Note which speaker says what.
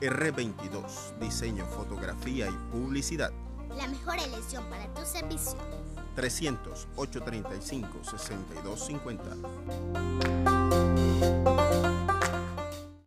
Speaker 1: R22, diseño, fotografía y publicidad.
Speaker 2: La mejor elección para tu servicio.
Speaker 1: 300-835-6250.